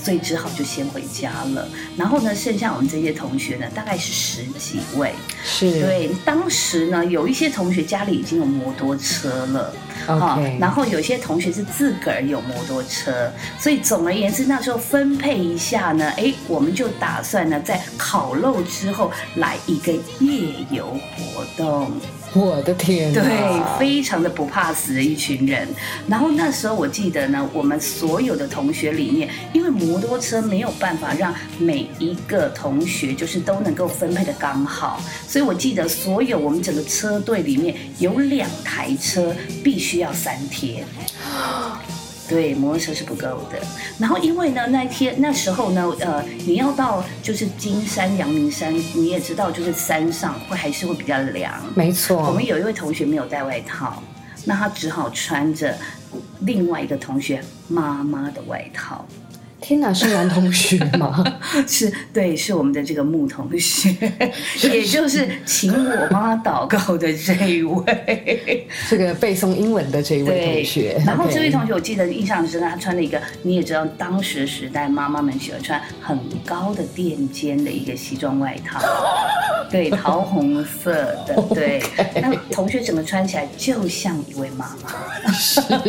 A: 所以只好就先回家了。然后呢，剩下我们这些同学呢，大概是十几位。
C: 是
A: 对，当时呢，有一些同学家里已经有摩托车了，
C: ，OK，
A: 然后有些同学是自个儿有摩托车，所以总而言之，那时候分配一下呢，哎，我们就打算呢，在烤肉之后来一个夜游活动，
C: 我的天哪，
A: 对，非常的不怕死的一群人。然后那时候我记得呢，我们所有的同学里面，因为摩托车没有办法让每一个同学就是都能够分配的刚好，所以我记得所有我们整个车队里面有两台车必须要三贴。对，摩托车是不够的。然后因为呢，那一天那时候呢，呃，你要到就是金山、阳明山，你也知道，就是山上会还是会比较凉。
C: 没
A: 我
C: 错
A: 们，有一位同学没有带外套，那他只好穿着另外一个同学妈妈的外套。
C: 天哪，是男同学吗？
A: 是对，是我们的这个穆同学，也就是请我妈祷告的这一位。
C: 这个背诵英文的这一位同学，
A: 然后这位
C: OK
A: 同学我记得印象很深刻，他穿了一个，你也知道，当时时代妈妈们喜欢穿很高的垫肩的一个西装外 套，对，桃红色的，对。那同学整个穿起来就像一位妈妈。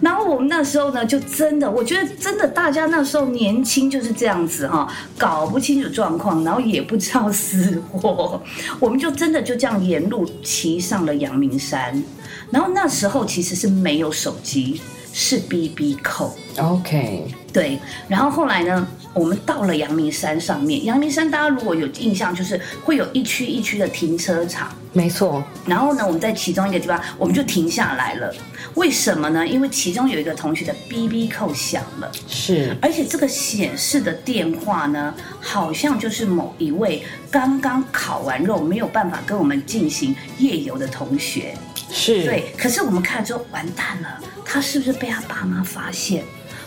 A: 然后我们那时候呢，就真的，我觉得真的大家那时候年轻就是这样子哈、搞不清楚状况，然后也不知道死活，我们就真的就这样沿路骑上了阳明山。然后那时候其实是没有手机，是 BB 扣。
C: OK，
A: 对，然后后来呢，我们到了阳明山上面。阳明山大家如果有印象，就是会有一区一区的停车场。
C: 没错，
A: 然后呢，我们在其中一个地方，我们就停下来了。为什么呢？因为其中有一个同学的 BB 扣响了，
C: 是
A: 而且这个显示的电话呢，好像就是某一位刚刚烤完肉没有办法跟我们进行夜游的同学。
C: 是，
A: 对，可是我们看了之后，完蛋了，他是不是被他爸妈发现，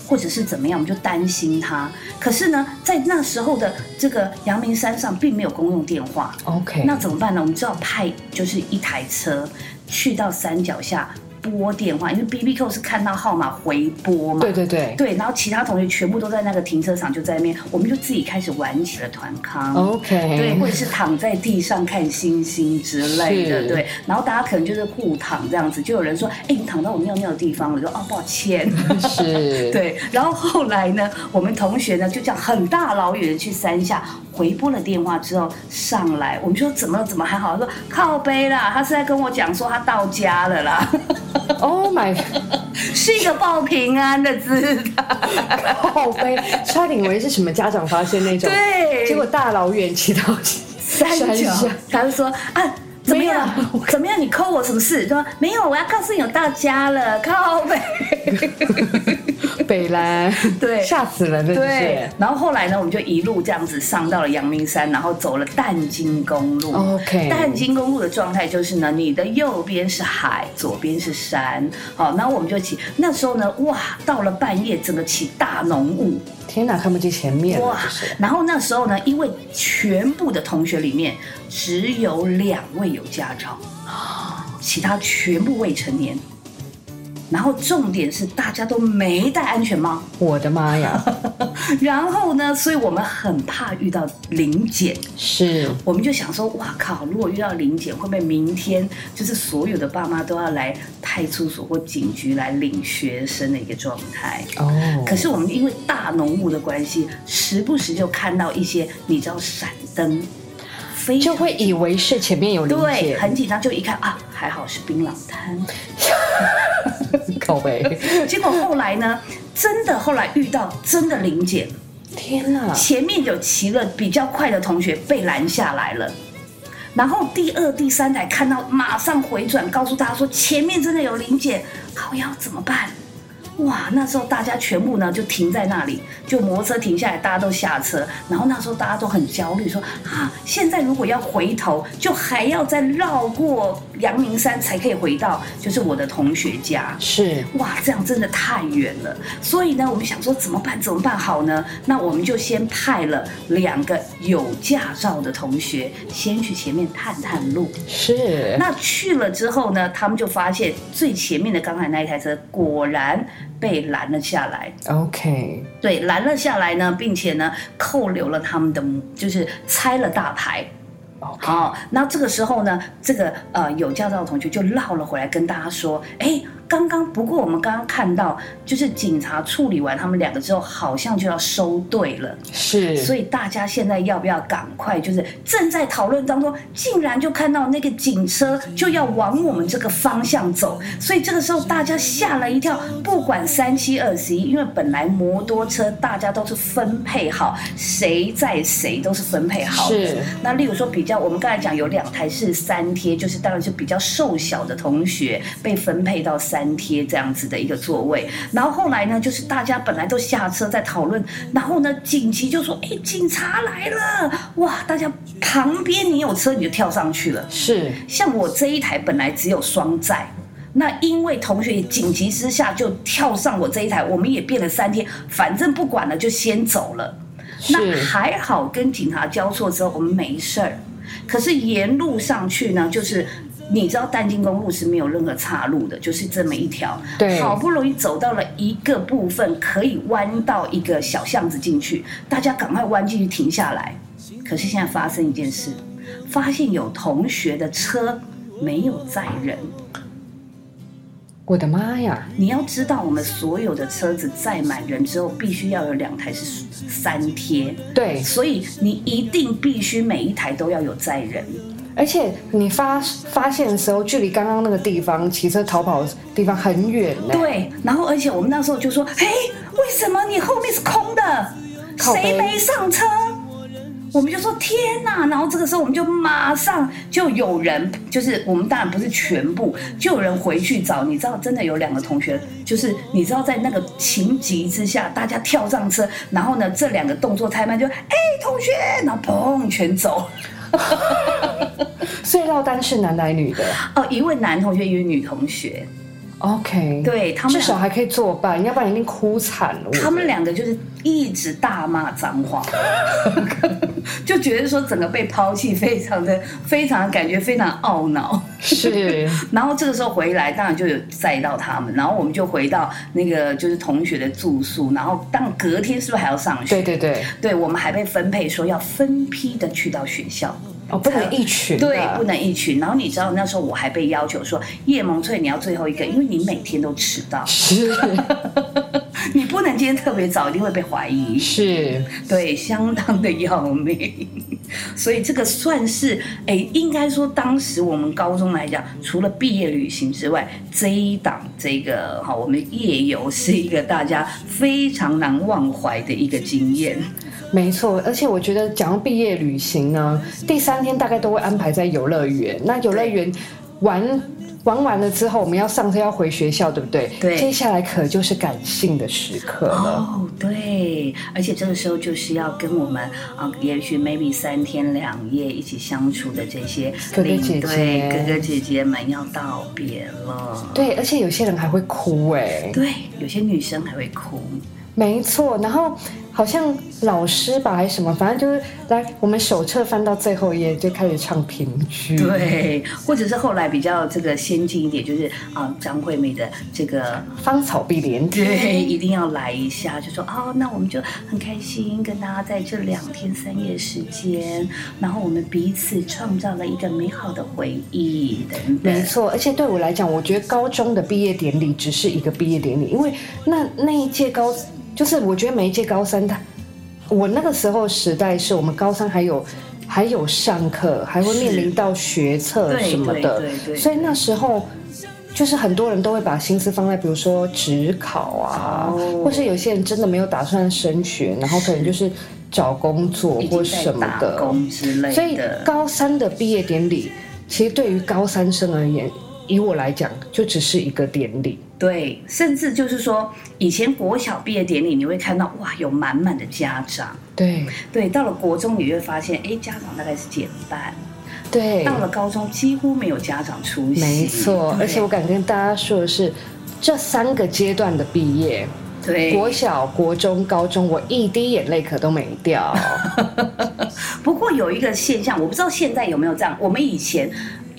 A: 或者是怎么样？我们就担心他。可是呢，在那时候的这个阳明山上，并没有公用电话，
C: ，OK，
A: 那怎么办呢？我们只好派就是一台车去到山脚下拨电话，因为 B B Q 是看到号码回拨嘛。
C: 对对对
A: 对，然后其他同学全部都在那个停车场，就在那边，我们就自己开始玩起了团康。
C: ，OK，
A: 对，或者是躺在地上看星星之类的，
C: 是
A: 对。然后大家可能就是互躺这样子，就有人说：“哎、你躺到我尿尿的地方了。”我就哦，抱 歉。
C: 是，
A: 对，然后后来呢，我们同学呢就这样很大老远的去山下回拨了电话之后上来，我们就说怎么了怎么还好，他说靠背啦，他是在跟我讲说他到家了啦，
C: ，Oh my，
A: 是一个报平安的姿态。
C: 好悲，差点以为是什么家长发现那种，
A: 对
C: 结果大老远骑到
A: 三
C: 山
A: 角
C: 下，，
A: 他就说啊。怎么样
C: 没有啊？
A: 怎么样？你扣我什么事？他说没有，我要告诉你，有到家了，靠北。
C: 北兰，
A: 对
C: 吓死人了，
A: 对
C: 对，，
A: 然后后来呢，我们就一路这样子上到了阳明山，然后走了淡金公路。
C: OK
A: 淡金公路的状态就是呢，你的右边是海，左边是山。好，然后我们就骑，那时候呢，哇，到了半夜，整个起大浓雾，
C: 天哪，看不见前面了
A: 哇，
C: 就是，
A: 然后那时候呢，因为全部的同学里面只有两位有驾照，其他全部未成年。然后重点是大家都没戴安全帽，
C: 我的妈 呀，
A: 然后呢，所以我们很怕遇到零检，
C: 是，
A: 我们就想说，哇靠，如果遇到零检，会不会明天就是所有的爸妈都要来派出所或警局来领学生的一个状态？
C: 哦，
A: 可是我们因为大浓雾的关系，时不时就看到一些你知道闪灯，非
C: 就
A: 常
C: 会以为是前面有林
A: 对
C: 姐，
A: 很紧张，就一看啊，还好是槟榔摊。
C: 口碑，
A: 结果后来呢，真的后来遇到真的零检，
C: 天哪，
A: 前面有骑了比较快的同学被拦下来了。然后第二、第三台看到，马上回转，告诉大家说前面真的有零检，好要怎么办？哇！那时候大家全部呢就停在那里，就摩托车停下来，大家都下车。然后那时候大家都很焦虑，说啊，现在如果要回头，就还要再绕过阳明山才可以回到，就是我的同学家。
C: 是，
A: 哇，这样真的太远了。所以呢，我们想说怎么办？怎么办好呢？那我们就先派了两个有驾照的同学先去前面探探路。
C: 是，
A: 那去了之后呢，他们就发现最前面的刚才那一台车果然被拦了下来。
C: OK，
A: 对，拦了下来呢，并且呢扣留了他们的，就是拆了大牌。
C: OK
A: 好，那这个时候呢，这个呃有驾照的同学就绕了回来跟大家说，哎，刚刚不过我们刚刚看到，就是警察处理完他们两个之后，好像就要收队了，
C: 是，
A: 所以大家现在要不要赶快，就是正在讨论当中，竟然就看到那个警车就要往我们这个方向走，所以这个时候大家吓了一跳，不管三七二十一，因为本来摩托车大家都是分配好，谁在谁都是分配好的
C: 是。
A: 那例如说比较，呃我们刚才讲有两台是三贴，就是当然是比较瘦小的同学被分配到三粘贴这样子的一个座位。然后后来呢，就是大家本来都下车在讨论，然后呢，紧急就说：“哎，警察来了！”哇，大家旁边你有车你就跳上去了。
C: 是
A: 像我这一台本来只有双载，那因为同学紧急之下就跳上我这一台，我们也变了三天，反正不管了就先走了。那
C: 是
A: 还好跟警察交错之后我们没事儿，可是沿路上去呢，就是。你知道淡金公路是没有任何岔路的，就是这么一条。
C: 对
A: 好不容易走到了一个部分，可以弯到一个小巷子进去，大家赶快弯进去停下来。可是现在发生一件事，发现有同学的车没有载人。
C: 我的妈呀！
A: 你要知道，我们所有的车子载满人之后，必须要有两台是三贴，
C: 对，
A: 所以你一定必须每一台都要有载人。
C: 而且你发发现的时候，距离刚刚那个地方骑车逃跑的地方很远呢。
A: 对，然后而且我们那时候就说，哎，为什么你后面是空的？
C: 靠背
A: 谁没上车？我们就说天哪！然后这个时候我们就马上就有人，就是我们当然不是全部，就有人回去找。你知道，真的有两个同学，就是你知道在那个情急之下，大家跳上车，然后呢这两个动作太慢就，哎同学，然后砰全走。
C: 所以落单是男来女的。
A: 哦，一位男同学，一位女同学，
C: OK，，
A: 对他们
C: 至少
A: 两
C: 还可以作伴，要不然一定哭惨了。我觉得
A: 他们两个就是一直大骂脏话， 就觉得说整个被抛弃，非常的非常感觉非常懊恼。
C: 是
A: 然后这个时候回来，当然就有载到他们，然后我们就回到那个就是同学的住宿，然后但隔天是不是还要上学？
C: 对对对，
A: 对我们还被分配说要分批的去到学校。
C: 哦，不能一群的，
A: 对，不能一群。然后你知道那时候我还被要求说，叶萌翠你要最后一个，因为你每天都迟到，
C: 是
A: 你不能今天特别早，一定会被怀疑。
C: 是，
A: 对，相当的要命。 所以这个算是，哎、应该说当时我们高中来讲，除了毕业旅行之外，这一档这个哈，我们夜游是一个大家非常难忘怀的一个经验。
C: 没错。而且我觉得讲到毕业旅行呢，第三天大概都会安排在游乐园。那游乐园玩。玩完了之后，我们要上车要回学校，对不对？
A: 对
C: 接下来可就是感性的时刻了。
A: 哦，对，而且这个时候就是要跟我们啊，也许 maybe 三天两夜一起相处的这些
C: 哥哥
A: 领
C: 姐姐
A: 对哥哥姐姐们要道别了。
C: 对，而且有些人还会哭哎、
A: 对，有些女生还会哭。
C: 没错，然后好像老师吧还是什么，反正就是来我们手册翻到最后一页就开始唱评剧，，
A: 对，或者是后来比较这个先进一点，就是啊，张惠妹的这个。
C: 芳草碧连天，
A: 对，一定要来一下，就说哦，那我们就很开心，跟大家在这两天三夜时间，然后我们彼此创造了一个美好的回忆，等等。
C: 没错，而且对我来讲，我觉得高中的毕业典礼只是一个毕业典礼，因为那那一届高，就是我觉得每一届高三，他我那个时候时代是我们高三还有还有上课，还会面临到学测
A: 对
C: 什么的
A: 对对对，
C: 所以那时候。就是很多人都会把心思放在，比如说职考啊
A: 哦
C: 或是有些人真的没有打算升学，然后可能就是找工作
A: 已
C: 或
A: 经在
C: 什么
A: 打
C: 的。
A: 工之类的，
C: 所以高三的毕业典礼，其实对于高三生而言，以我来讲，就只是一个典礼。
A: 对，甚至就是说，以前国小毕业典礼你会看到哇，有满满的家长，
C: 对
A: 对，到了国中你会发现，哎，家长大概是减半，
C: 对，
A: 到了高中几乎没有家长出席，
C: 没错。
A: 对
C: 而且我敢跟大家说的是，这三个阶段的毕业，
A: 对
C: 国小、国中、高中，我一滴眼泪可都没 掉。
A: 不过有一个现象，我不知道现在有没有这样。我们以前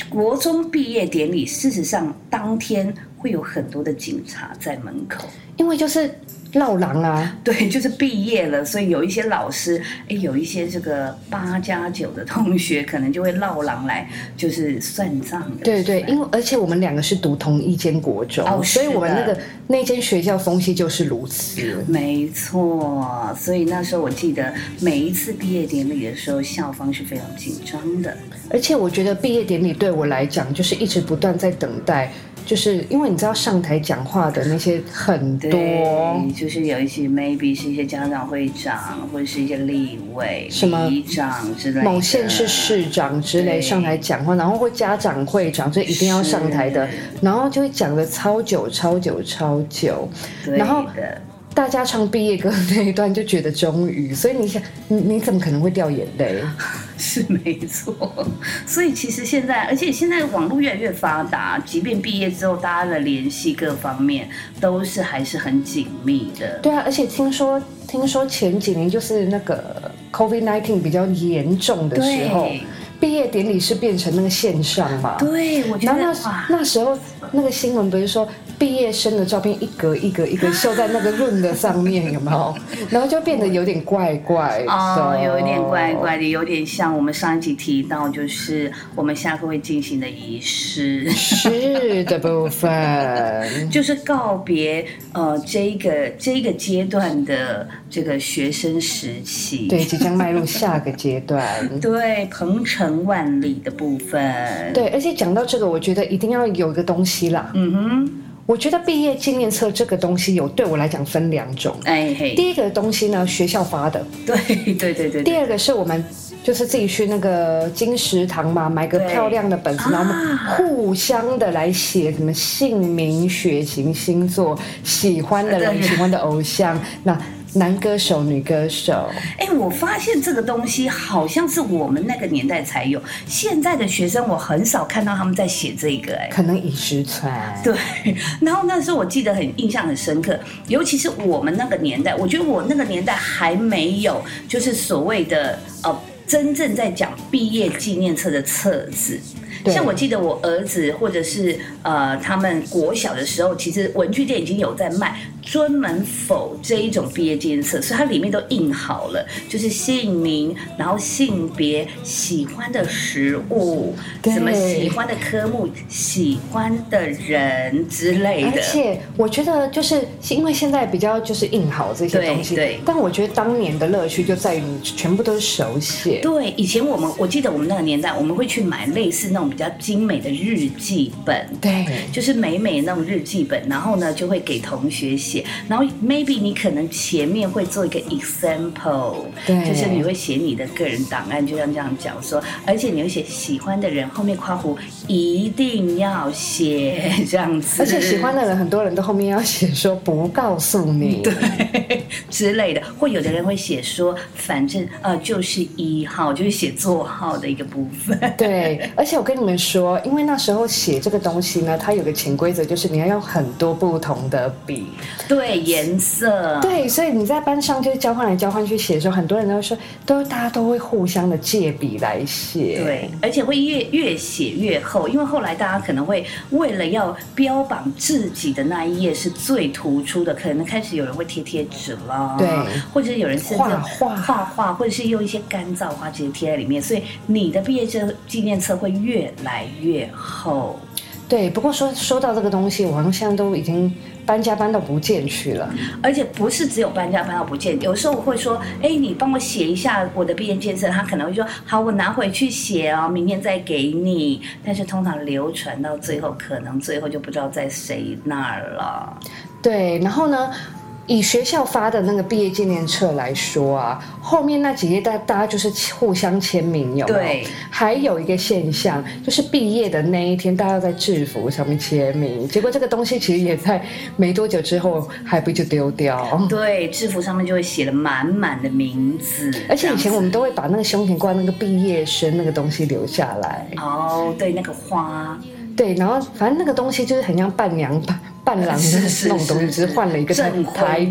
A: 国中毕业典礼，事实上当天会有很多的警察在门口。
C: 因为就是绕狼啊，
A: 对， 就是毕业了，所以有一些老师，哎，有一些这个八加九的同学，可能就会绕狼来，就是算账的。
C: 对对，因为而且我们两个是读同一间国中，
A: 哦
C: 所以
A: 是
C: 我们那
A: 的
C: 个那间学校风气就是如此。
A: 没错，所以那时候我记得每一次毕业典礼的时候，校方是非常紧张的。
C: 而且我觉得毕业典礼对我来讲，就是一直不断在等待就是因为你知道上台讲话的那些很多，
A: 对，就是有一些 maybe 是一些家长会长或者是一些立委、
C: 什么
A: 里长之类的，
C: 某县市市长之类
A: 对
C: 上台讲话，然后或家长会长，所以一定要上台的
A: 是，
C: 然后就会讲的超久超久超久。
A: 对的，
C: 然后大家唱毕业歌那一段就觉得终于，所以你想，你你怎么可能会掉眼泪？
A: 是没错，所以其实现在，而且现在网络越来越发达，即便毕业之后，大家的联系各方面都是还是很紧密的。
C: 对啊，而且听说听说前几年就是那个 COVID nineteen 比较严重的时候，毕业典礼是变成那个线上嘛？
A: 对，我觉
C: 然后
A: 得
C: 那
A: 哇，啊
C: 那时候那个新闻不是说毕业生的照片一格一格一格绣在那个润的上面，有没 有？然后就变得有点怪怪的
A: 哦，有一点怪。怪的，有点像我们上一集提到，就是我们下课会进行的仪式。
C: 是的部分，
A: 就是告别呃这一个这一个阶段的这个学生时期，
C: 对，即将迈入下个阶段。
A: 对鹏程万里的部分，，
C: 对，而且讲到这个，我觉得一定要有一个东西啦。
A: 嗯哼，
C: 我觉得毕业纪念册这个东西有对我来讲分两种，
A: 哎嘿，
C: 第一个东西呢，学校发的，
A: 对 对对对对，
C: 第二个是我们就是自己去那个金石堂嘛，买个
A: 对
C: 漂亮的本子，
A: 啊
C: 然后我们互相的来写什么姓名、血型、星座、喜欢的人、
A: 对
C: 喜欢的偶像，那男歌手、女歌手，
A: 哎、我发现这个东西好像是我们那个年代才有，现在的学生我很少看到他们在写这个、哎。
C: 可能已失传。
A: 对， 然后那时候我记得很印象很深刻，尤其是我们那个年代，我觉得我那个年代还没有就是所谓的呃真正在讲毕业纪念册的册子。
C: 对
A: 像我记得我儿子或者是呃他们国小的时候，其实文具店已经有在卖专门否这一种毕业纪念册，所以它里面都印好了，就是姓名，然后性别、喜欢的食物，
C: 对
A: 什么喜欢的科目、喜欢的人之类
C: 而
A: 的。
C: 且我觉得，就是因为现在比较就是印好这些
A: 对
C: 东西，
A: 对
C: 但我觉得当年的乐趣就在于你全部都是手写，
A: 对，以前我们我记得我们那个年代，我们会去买类似那种比较精美的日记本，
C: 对
A: 就是美美那种日记本，然后呢就会给同学写，然后 maybe 你可能前面会做一个 example，
C: 对
A: 就是你会写你的个人档案，就像这样讲说，而且你会写喜欢的人，后面括弧一定要写这样子，
C: 而且喜欢的人，很多人都后面要写说不告诉你，
A: 之类的，或有的人会写说，反正呃就是一号，就是写座号的一个部 分。
C: 对，而且我跟你们说，因为那时候写这个东西呢，它有个潜规则，就是你要用很多不同的笔。
A: 对，颜色，
C: 对，所以你在班上就是交换来交换去写的时候，很多人都会说，都大家都会互相的借笔来写。
A: 对，而且会越越写越厚，因为后来大家可能会为了要标榜自己的那一页是最突出的，可能开始有人会贴贴纸啦，
C: 对
A: 或者有人甚至
C: 画画
A: 画画，或者是用一些干燥花直接贴在里面，所以你的毕业证纪念册会越来越厚。
C: 对，不过说说到这个东西，我好像现在都已经搬家搬到不见去了。
A: 而且不是只有搬家搬到不见，有时候我会说，哎，你帮我写一下我的毕业建设，他可能会说，好，我拿回去写哦，明天再给你。但是通常流传到最后，可能最后就不知道在谁那儿了。
C: 对，然后呢，以学校发的那个毕业纪念册来说啊，后面那几页大大家就是互相签名，有没有？
A: 对。
C: 还有一个现象，就是毕业的那一天，大家都在制服上面签名，结果这个东西其实也在没多久之后，还不就丢掉。
A: 对，制服上面就会写了满满的名字，
C: 而且以前
A: 这样子
C: 我们都会把那个胸前挂那个毕业生那个东西留下来，
A: 哦，对，那个花，
C: 对，然后反正那个东西就是很像伴娘伴伴郎的
A: 是是
C: 那种东西，只是换了一个
A: 证
C: 抬
A: 婚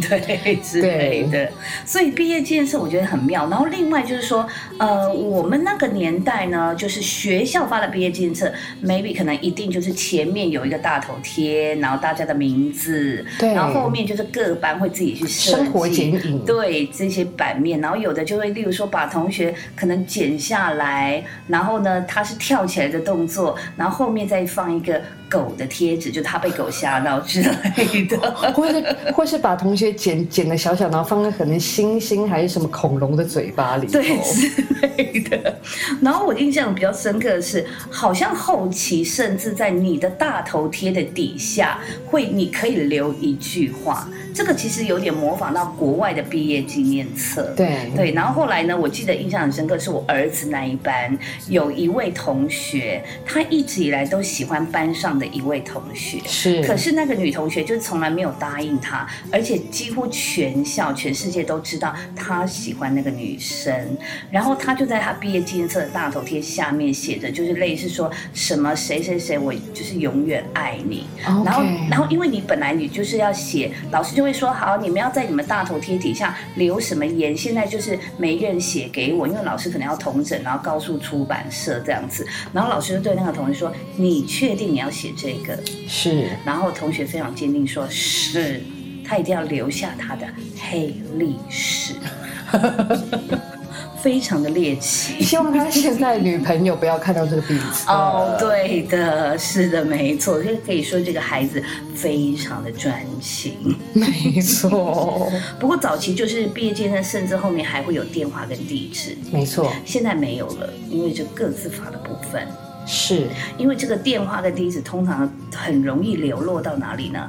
C: 头。
A: 对之类的。所以毕业纪念册我觉得很妙。然后另外就是说，呃，我们那个年代呢，就是学校发的毕业纪念册，maybe 可能一定就是前面有一个大头贴，然后大家的名字，
C: 对
A: 然后后面就是各班会自己去设计
C: 生活剪影
A: 对这些版面，然后有的就会，例如说把同学可能剪下来，然后呢，他是跳起来的动作，然后后面再放一个狗的贴纸，就他被狗吓到之类的。
C: 或是或是把同学剪剪的小小，然后放在可能猩猩还是什么恐龙的嘴巴里头。
A: 对之类的。然后我印象比较深刻的是，好像后期甚至在你的大头贴的底下会，你可以留一句话。这个其实有点模仿到国外的毕业纪念册。
C: 对
A: 对，然后后来呢，我记得印象很深刻，是我儿子那一班有一位同学，他一直以来都喜欢班上的一位同学。
C: 是，
A: 可是那个女同学就是从来没有答应他，而且几乎全校、全世界都知道他喜欢那个女生。然后他就在他毕业纪念册的大头贴下面写着，就是类似说什么谁谁谁，我就是永远爱你。
C: 哦 OK
A: 然后，然后因为你本来你就是要写，老师就会说好，你们要在你们大头贴底下留什么言。现在就是每一个人写给我，因为老师可能要统整，然后告诉出版社这样子。然后老师就对那个同学说：“你确定你要写这个？”
C: 是
A: 然后同学非常坚定说：“是，他一定要留下他的黑历 史。”非常的猎奇。
C: 希望他现在女朋友不要看到这个壁纸。
A: 哦，对的，是的，没错，这可以说这个孩子非常的专情。
C: 没错，
A: 不过早期就是毕业纪念，甚至后面还会有电话跟地址，
C: 没错，
A: 现在没有了，因为这各自法的部分。
C: 是
A: 因为这个电话跟地址通常很容易流落到哪里呢？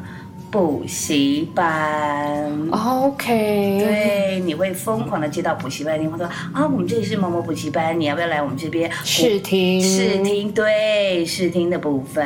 A: 补习班。
C: OK。
A: 对，你会疯狂的接到补习班的电话，说啊，我们这里是某某补习班，你要不要来我们这边
C: 试听，
A: 试听？对，试听的部分，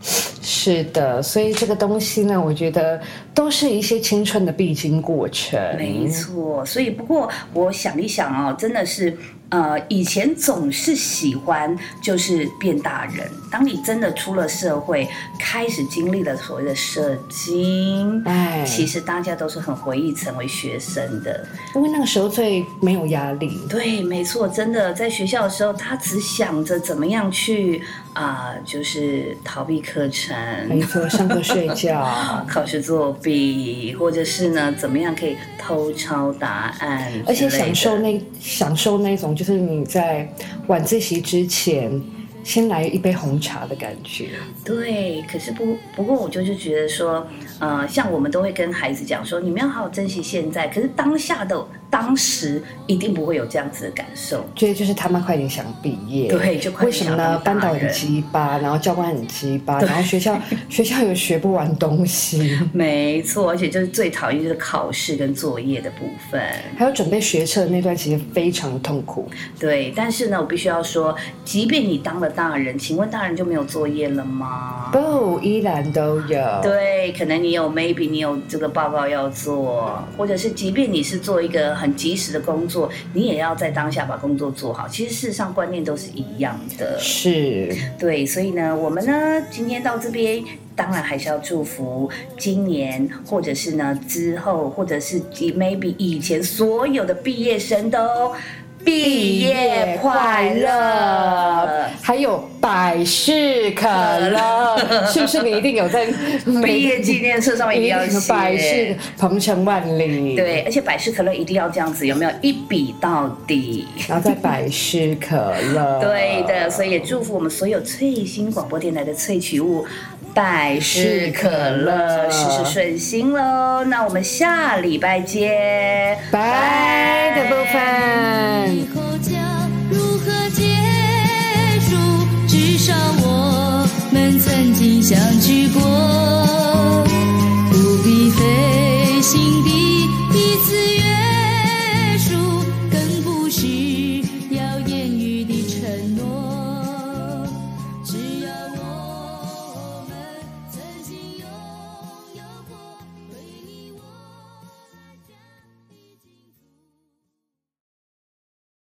C: 是的，所以这个东西呢，我觉得都是一些青春的必经过程。
A: 没错。所以，不过我想一想哦，真的是。呃，以前总是喜欢就是变大人。当你真的出了社会，开始经历了所谓的社经，
C: 哎，
A: 其实大家都是很回忆成为学生的。
C: 因为那个时候最没有压力，
A: 对，没错，真的，在学校的时候，他只想着怎么样去啊、就是逃避课程，
C: 没错，上课睡觉，
A: 考试作弊，或者是呢，怎么样可以偷抄答案，
C: 而且享受。那享受那种就是你在晚自习之前先来一杯红茶的感觉。
A: 对，可是不不过，我就是觉得说，呃，像我们都会跟孩子讲说，你们要好好珍惜现在。可是当下的当时一定不会有这样子的感受。
C: 所以就是他们快点想毕业，
A: 对就快点
C: 为什么
A: 想当
C: 呢？
A: 大
C: 班导很
A: 人
C: 鸡巴，然后教官很鸡巴，然后学校学校有学不完东 西，
A: 没错，而且就是最讨厌就是考试跟作业的部分。
C: 还有准备学车的那段时间非常痛苦。
A: 对，但是呢，我必须要说，即便你当了大人，请问大人就没有作业了吗？
C: 不，依然都有。
A: 对，可能你有 maybe 你有这个报告要做，或者是即便你是做一个很及时的工作，你也要在当下把工作做好。其实事实上观念都是一样的。
C: 是，
A: 对，所以呢，我们呢今天到这边，当然还是要祝福今年，或者是呢之后，或者是 maybe 以前所有的毕业生都毕业快乐。
C: 还有百事可 乐，是不是你一定有在
A: 毕业纪念册上面一定 要写
C: 百事鹏程万里，，
A: 对，而且百事可乐一定要这样子，有没有一笔到底？
C: 然后再百事可乐，
A: 对的，所以也祝福我们所有翠星广播电台的萃取物百事可乐，事事顺心喽。那我们下礼拜见，
C: 白的部分。
E: 以后将如何结束？至少我们曾经相聚过，不必费心地一次